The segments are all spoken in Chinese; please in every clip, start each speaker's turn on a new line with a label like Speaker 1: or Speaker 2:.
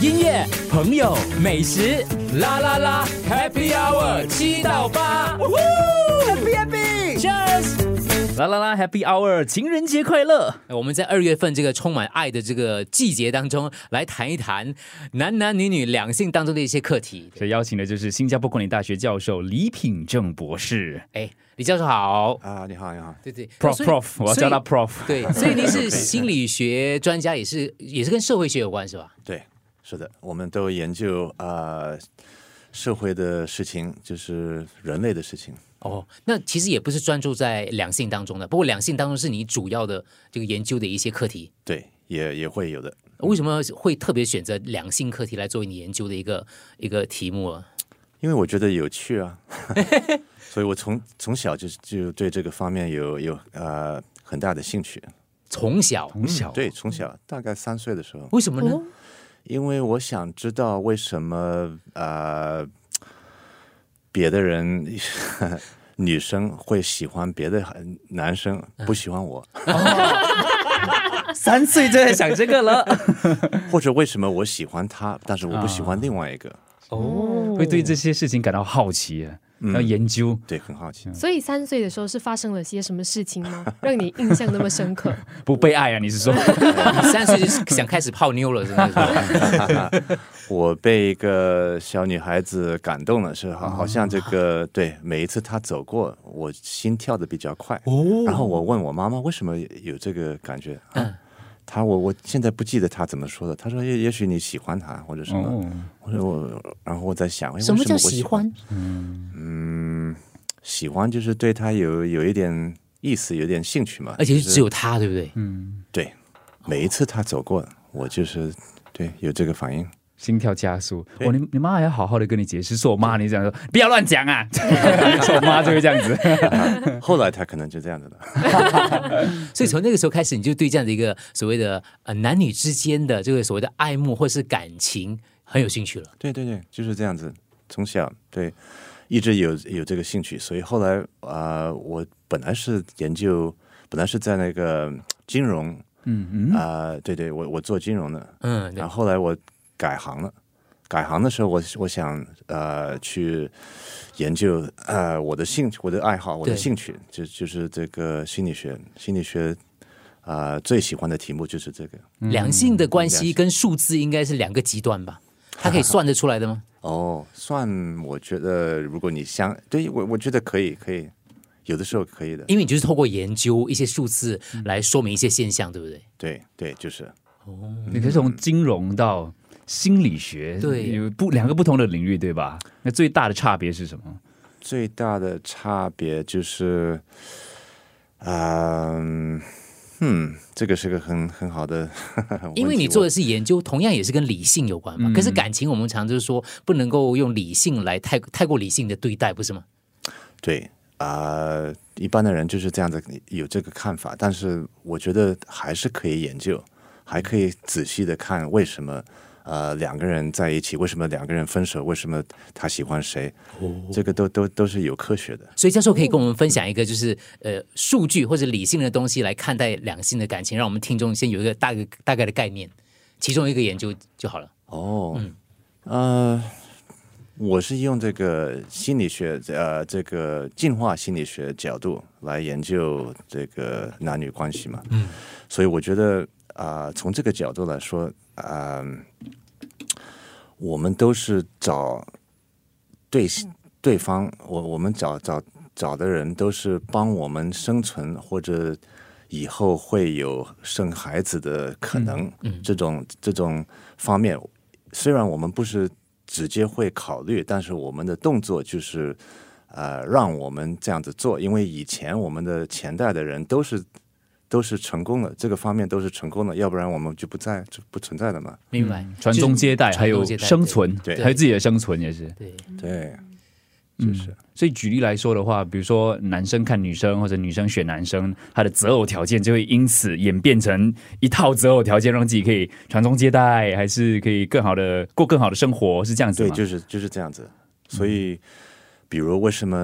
Speaker 1: 音乐、朋友、美食，啦啦啦，Happy Hour 七到八，Happy Happy，Cheers！啦啦啦，Happy Hour，情人节快乐！呃我们在二月份这个充满爱的这个季节当中，来谈一谈男男女女两性当中的一些课题。
Speaker 2: 所以邀请的就是新加坡管理大学教授李品正博士
Speaker 1: 哎，李教授好，
Speaker 3: 啊，你好，你好，
Speaker 1: 对对
Speaker 2: ，Prof
Speaker 1: 哦所以
Speaker 2: Prof，我要叫他
Speaker 1: 所以
Speaker 2: Prof。
Speaker 1: 对，所以您是心理学 专家，也是也是跟社会学有关是吧？
Speaker 3: 对，是的，我们都研究啊、呃社会的事情，就是人类的事情。
Speaker 1: 哦，那其实也不是专注在两性当中的，不过两性当中是你主要的这个研究的一些课题。
Speaker 3: 对，也也会有的。
Speaker 1: 为什么会特别选择两性课题来作为你研究的一个一个题目啊？
Speaker 3: 因为我觉得有趣啊，所以我从从小就就对这个方面有有呃很大的兴趣。
Speaker 1: 从小，
Speaker 2: 从小哦
Speaker 3: 对，从小大概三岁的时候，
Speaker 1: 为什么呢？
Speaker 3: 因为我想知道为什么呃别的人 女生会喜欢别的男生，不喜欢我，
Speaker 1: 嗯
Speaker 2: 三岁就在想这个了，
Speaker 3: 或者为什么我喜欢他，但是我不喜欢
Speaker 1: 啊
Speaker 3: 另外一个。
Speaker 1: 哦，
Speaker 2: 会对这些事情感到好奇，啊
Speaker 1: 嗯
Speaker 2: 要研究。
Speaker 3: 对，很好奇。
Speaker 4: 所以三岁的时候是发生了些什么事情吗？ 让你印象那么 深刻？
Speaker 2: 不被爱啊？你是 说
Speaker 1: 你三岁就想开始泡妞了，真的是
Speaker 3: 我被一个小女孩子感动了，是好，
Speaker 1: 啊
Speaker 3: 好像这个对，每一次她走过，我心跳的比较快。哦，然后我问我妈妈为什么有这个感觉，
Speaker 1: 嗯
Speaker 3: 啊、她我我现在不记得她怎么说的，她说也也许你喜欢她或者什么，
Speaker 2: 哦
Speaker 3: 我说我，然后我在想，哎为
Speaker 1: 什
Speaker 3: 什
Speaker 1: 么叫
Speaker 3: 我
Speaker 1: 喜
Speaker 3: 喜
Speaker 1: 欢？？
Speaker 3: 嗯，喜欢就是对她有有一点意思，有点兴趣嘛，
Speaker 1: 而且
Speaker 3: 就是
Speaker 1: 只有他，对不对？
Speaker 3: 对，每一次她走过，我就是对有这个反应。
Speaker 2: 心跳加速？哦
Speaker 3: 对
Speaker 2: 我你你妈还要好好的跟你解释，说我妈你这样说，不要乱讲 啊！说我妈就会这样子。
Speaker 3: 后来她可能就这样子了。
Speaker 1: 所以从那个时候开始，你就对这样的一个所谓的呃男女之间的这个所谓的爱慕或是感情很有兴趣了。
Speaker 3: 对对对，就是这样子。从小对，一直有有这个兴趣，所以后来啊、呃我本来是研究，本来是在那个嗯金融
Speaker 2: 嗯嗯，
Speaker 3: 啊、呃对对，我我做金融的，
Speaker 1: 嗯，对
Speaker 3: 然。后后来我改行了。改行的时候我，我想呃去研究呃我的兴趣、我的爱好、我的
Speaker 1: 对
Speaker 3: 兴趣，就就是这个心理学。心理学啊、呃最喜欢的题目就是这个。
Speaker 1: 两性的关
Speaker 3: 两
Speaker 1: 系
Speaker 3: 性
Speaker 1: 跟数字应该是两个极端吧？它可以算得出来的 吗？
Speaker 3: 哦，算，我觉得如果你相对我，我觉得可以，可以，有的时候可以的。
Speaker 1: 因为你就是透过研究一些数字来说明一些现象，对不对？
Speaker 3: 对对，就是
Speaker 2: 你可以从金融到心理学，
Speaker 1: 对
Speaker 2: 有不两个不同的领域，对吧？那最大的差别是什么？
Speaker 3: 最大的差别就是，嗯、嗯，这个是个很很好的 问题，
Speaker 1: 因为你做
Speaker 3: 我
Speaker 1: 的是研究，同样也是跟理性有关嘛。可是感情，我们常就是说不能够用理性来太太过理性的对待，不是吗？
Speaker 3: 对啊、一般的人就是这样子有这个看法，但是我觉得还是可以研究，还可以仔细的看为什么。呃，两个人在一起，为什么两个人分手？为什么他喜欢谁？这个都都都是有科学的。
Speaker 1: 所以教授可以
Speaker 3: 嗯
Speaker 1: 跟我们分享一个，就是呃数据或者理性的东西来看待两性的感情，让我们听众先有一个大概大概的概念，其中一个研究就好了。
Speaker 3: 哦，呃，我是用这个心理学，呃，这个进化心理学角度来研究这个男女关系嘛。嗯，所以我觉得啊、呃从这个角度来说，啊、我们都是找对对方，我我们找找找的人都是帮我们生存或者。以后会有生孩子的可能，这种这种方面，虽然我们不是直接会考虑，但是我们的动作就是，呃，让我们这样子做，因为以前我们的前代的人都是都是成功的，这个方面都是成功的，要不然我们就不在就不存在了嘛。
Speaker 1: 明白？
Speaker 2: 嗯传宗接代，
Speaker 1: 就是
Speaker 2: 还有
Speaker 1: 传宗接代
Speaker 2: 生存，
Speaker 3: 对
Speaker 2: 还有自己的生存也是。
Speaker 1: 对。对
Speaker 3: 对，
Speaker 1: 嗯
Speaker 3: 就是、
Speaker 2: 所以举例来说的话，比如说男生看女生，或者女生选男生，他的择偶条件就会因此演变成一套择偶条件，让自己可以传宗接代，还是可以更好的过更好的生活，是这样子
Speaker 3: 对，
Speaker 2: 吗？
Speaker 3: 就是就是这样子。所
Speaker 1: 嗯
Speaker 3: 以，比如为什么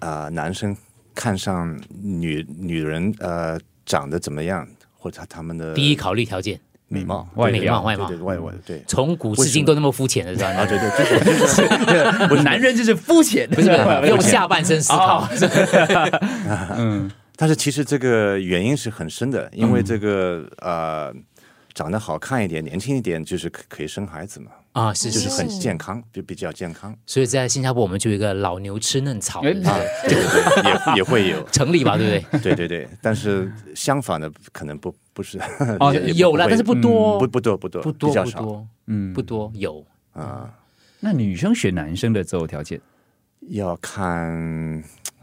Speaker 3: 啊、呃男生看上女女人呃长得怎么样，或者他们的
Speaker 1: 第一考虑条件
Speaker 3: 美貌、
Speaker 2: 外
Speaker 3: 对对
Speaker 2: 貌
Speaker 3: 对
Speaker 1: 外貌嗯
Speaker 3: 对对外外对。
Speaker 1: 从古至今都那么肤浅的，是吧？
Speaker 3: 啊，对对，就是就是
Speaker 1: 啊
Speaker 2: 我男人就是肤浅，
Speaker 1: 不是不是用下半身思
Speaker 3: 哦
Speaker 1: 考，
Speaker 3: 但是其实这个原因是很深的，因
Speaker 1: 嗯
Speaker 3: 为这个、呃，长得好看一点、年轻一点，就是可可以生孩子嘛，
Speaker 1: 啊，是
Speaker 3: 就是
Speaker 1: 是
Speaker 3: 很
Speaker 1: 是。
Speaker 3: 健康，就比较健康，
Speaker 1: 所以在新加坡，我们就有一个老牛吃嫩草，
Speaker 2: 哎
Speaker 1: 对不对，
Speaker 3: 对对对，也也会有
Speaker 1: 成立吧，对 不
Speaker 3: 对对对。但是相反的，可能不不是
Speaker 2: 哦
Speaker 3: 也也
Speaker 1: 对？
Speaker 3: 不
Speaker 1: 有啦，
Speaker 3: 会嗯
Speaker 1: 但是不多，
Speaker 3: 不不多不多
Speaker 1: 不多
Speaker 3: 比较
Speaker 1: 不
Speaker 3: 少
Speaker 1: 多，嗯，不多有
Speaker 3: 啊、
Speaker 2: 那女生选男生的择偶条件，
Speaker 3: 要看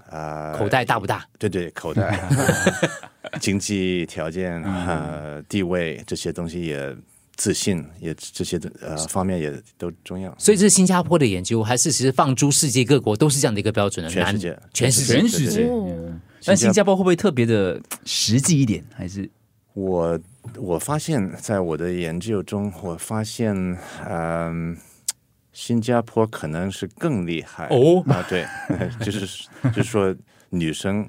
Speaker 3: 啊、呃
Speaker 1: 口袋大不大？
Speaker 3: 对对，口袋、 经济条件、
Speaker 1: 嗯
Speaker 3: 呃、地位这些东西也自信也这些的呃方面也都重要。
Speaker 1: 所以这是新加坡的研究，还是其实放诸世界各国都是这样的一个标准的？
Speaker 3: 全世
Speaker 1: 男
Speaker 3: 界
Speaker 1: 全世界
Speaker 2: 全世界。
Speaker 4: 哦
Speaker 2: 那新加坡会不会特别的实际一点？还是
Speaker 3: 我我发现，在我的研究中，我发现，嗯、新加坡可能是更厉害
Speaker 1: 哦
Speaker 3: 啊，对， 就是就是说女生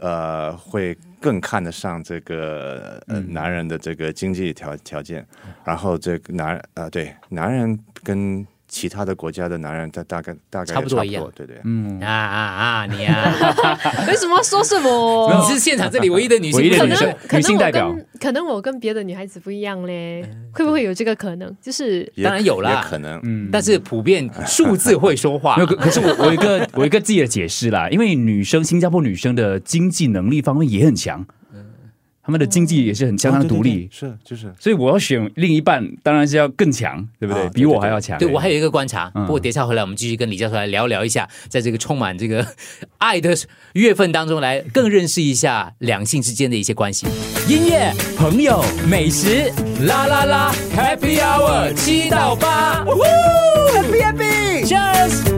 Speaker 3: 呃会更看得上这个、呃、
Speaker 1: 嗯
Speaker 3: 男人的这个经济条条件，然后这个男啊、对男人跟其他的国家的男人，大大概大概
Speaker 1: 差不多
Speaker 3: 多
Speaker 1: 一样
Speaker 3: 对对，
Speaker 1: 啊啊啊！你啊，
Speaker 4: 为什么要说什么？
Speaker 1: 你是现场这里唯一的女
Speaker 2: 哦
Speaker 1: 性，
Speaker 2: 唯一的
Speaker 4: 可
Speaker 2: 女
Speaker 4: 能
Speaker 2: 生
Speaker 4: 可
Speaker 2: 女
Speaker 4: 能
Speaker 2: 性
Speaker 4: 我
Speaker 2: 代表嗯
Speaker 4: 跟可能我跟别的女孩子不一样嘞，会不会有这个可能？就是
Speaker 3: 也
Speaker 1: 当然有啦嗯
Speaker 3: 也可能，
Speaker 1: 但是普遍数字会说话
Speaker 2: 没有？可可是我我有一个我有一个自己的解释啦，因为女生新加坡女生的经济能力方面也很强，她们的经济也是很相当独立，
Speaker 3: 啊对对对是就是
Speaker 2: 所以我要选另一半，当然是要更强，对不对？
Speaker 3: 啊
Speaker 2: 比我还要强。
Speaker 1: 对我还有一个观察，
Speaker 2: 嗯
Speaker 1: 不过等一下回来我们继续跟李教授来聊聊一下，在这个充满这个爱的月份当中，来更认识一下两性之间的一些关系。
Speaker 5: 音乐、朋友、美食，啦啦啦，Happy Hour 七到八，Happy Happy，Cheers。